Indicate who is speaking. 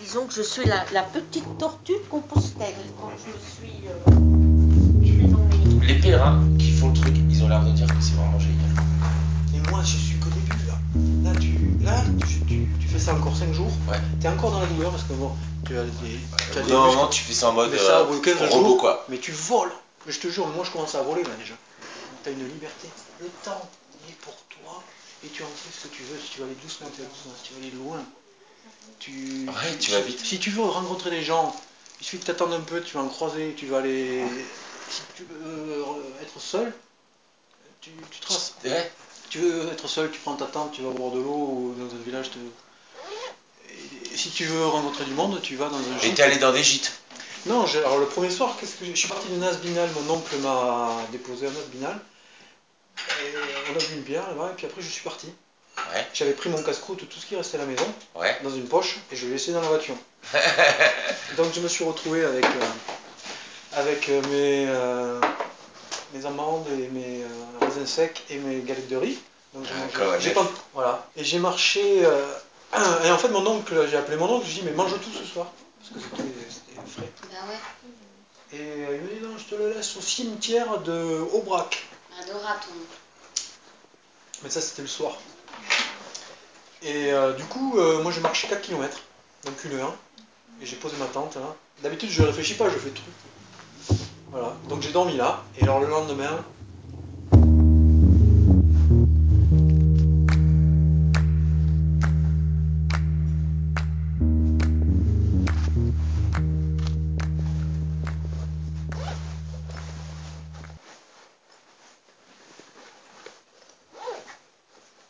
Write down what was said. Speaker 1: disons que je suis la, la petite tortue de Compostelle. Quand je me suis. euh, je suis dans les-
Speaker 2: Les pèlerins qui font le truc, ils ont l'air de dire que c'est vraiment génial.
Speaker 3: Et moi, je suis qu'au début, là. Là, tu, là, tu, tu- tu fais ça encore 5 jours.
Speaker 2: Ouais.
Speaker 3: T'es encore dans la douleur parce que bon, tu as des. tu
Speaker 2: Au bout d'un
Speaker 3: as des muscles.
Speaker 2: moment, tu fais ça en mode
Speaker 3: Mais ça,
Speaker 2: euh,
Speaker 3: au bout de 15
Speaker 2: robot,
Speaker 3: jours,
Speaker 2: quoi.
Speaker 3: Mais tu voles. Mais je te jure, moi, je commence à voler, là, déjà. T'as une liberté. Le temps il est pour toi. Et tu en fais ce que tu veux. Si tu veux aller doucement, tu vas doucement. Si tu veux aller loin, tu.
Speaker 2: Ouais, tu vas vite.
Speaker 3: Si tu veux rencontrer des gens, il suffit de t'attendre un peu, tu vas en croiser, tu vas aller. Si tu veux euh, être seul, tu, tu traces.
Speaker 2: Ouais.
Speaker 3: Tu veux être seul, tu prends ta tente, tu vas boire de l'eau ou dans un village. te- Et- et si tu veux rencontrer du monde, tu vas dans un
Speaker 2: Et
Speaker 3: gîte.
Speaker 2: t'es allé dans des gîtes.
Speaker 3: Non, j'ai- alors le premier soir, qu'est-ce que j'ai- je suis parti de Nasbinal, mon oncle m'a déposé à Nasbinal. Et on a bu une bière là-bas, et puis après je suis parti.
Speaker 2: Ouais.
Speaker 3: J'avais pris mon casse-croûte, tout ce qui restait à la maison,
Speaker 2: Ouais.
Speaker 3: dans une poche, et je l'ai laissé dans la voiture. Donc je me suis retrouvé avec, euh, avec euh, mes, euh, mes amandes et mes euh, raisins secs et mes galettes de riz. Donc j'ai
Speaker 2: Ah,
Speaker 3: mangé-
Speaker 2: comme un
Speaker 3: j'ai
Speaker 2: chef.
Speaker 3: pas- voilà. Et j'ai marché. euh, et en fait, mon oncle, j'ai appelé mon oncle, j'ai dit, mais mange tout ce soir. Parce que c'était c'était frais.
Speaker 1: Ben ouais,
Speaker 3: Et euh, il me dit non, je te le laisse au cimetière de Aubrac.
Speaker 1: adorable ton.
Speaker 3: Mais ça, c'était le soir. Et euh, du coup, euh, moi, j'ai marché 4 km, donc une heure. Et j'ai posé ma tente hein. là. D'habitude, je réfléchis pas, je fais tout. Voilà. Donc j'ai dormi là. Et alors le lendemain,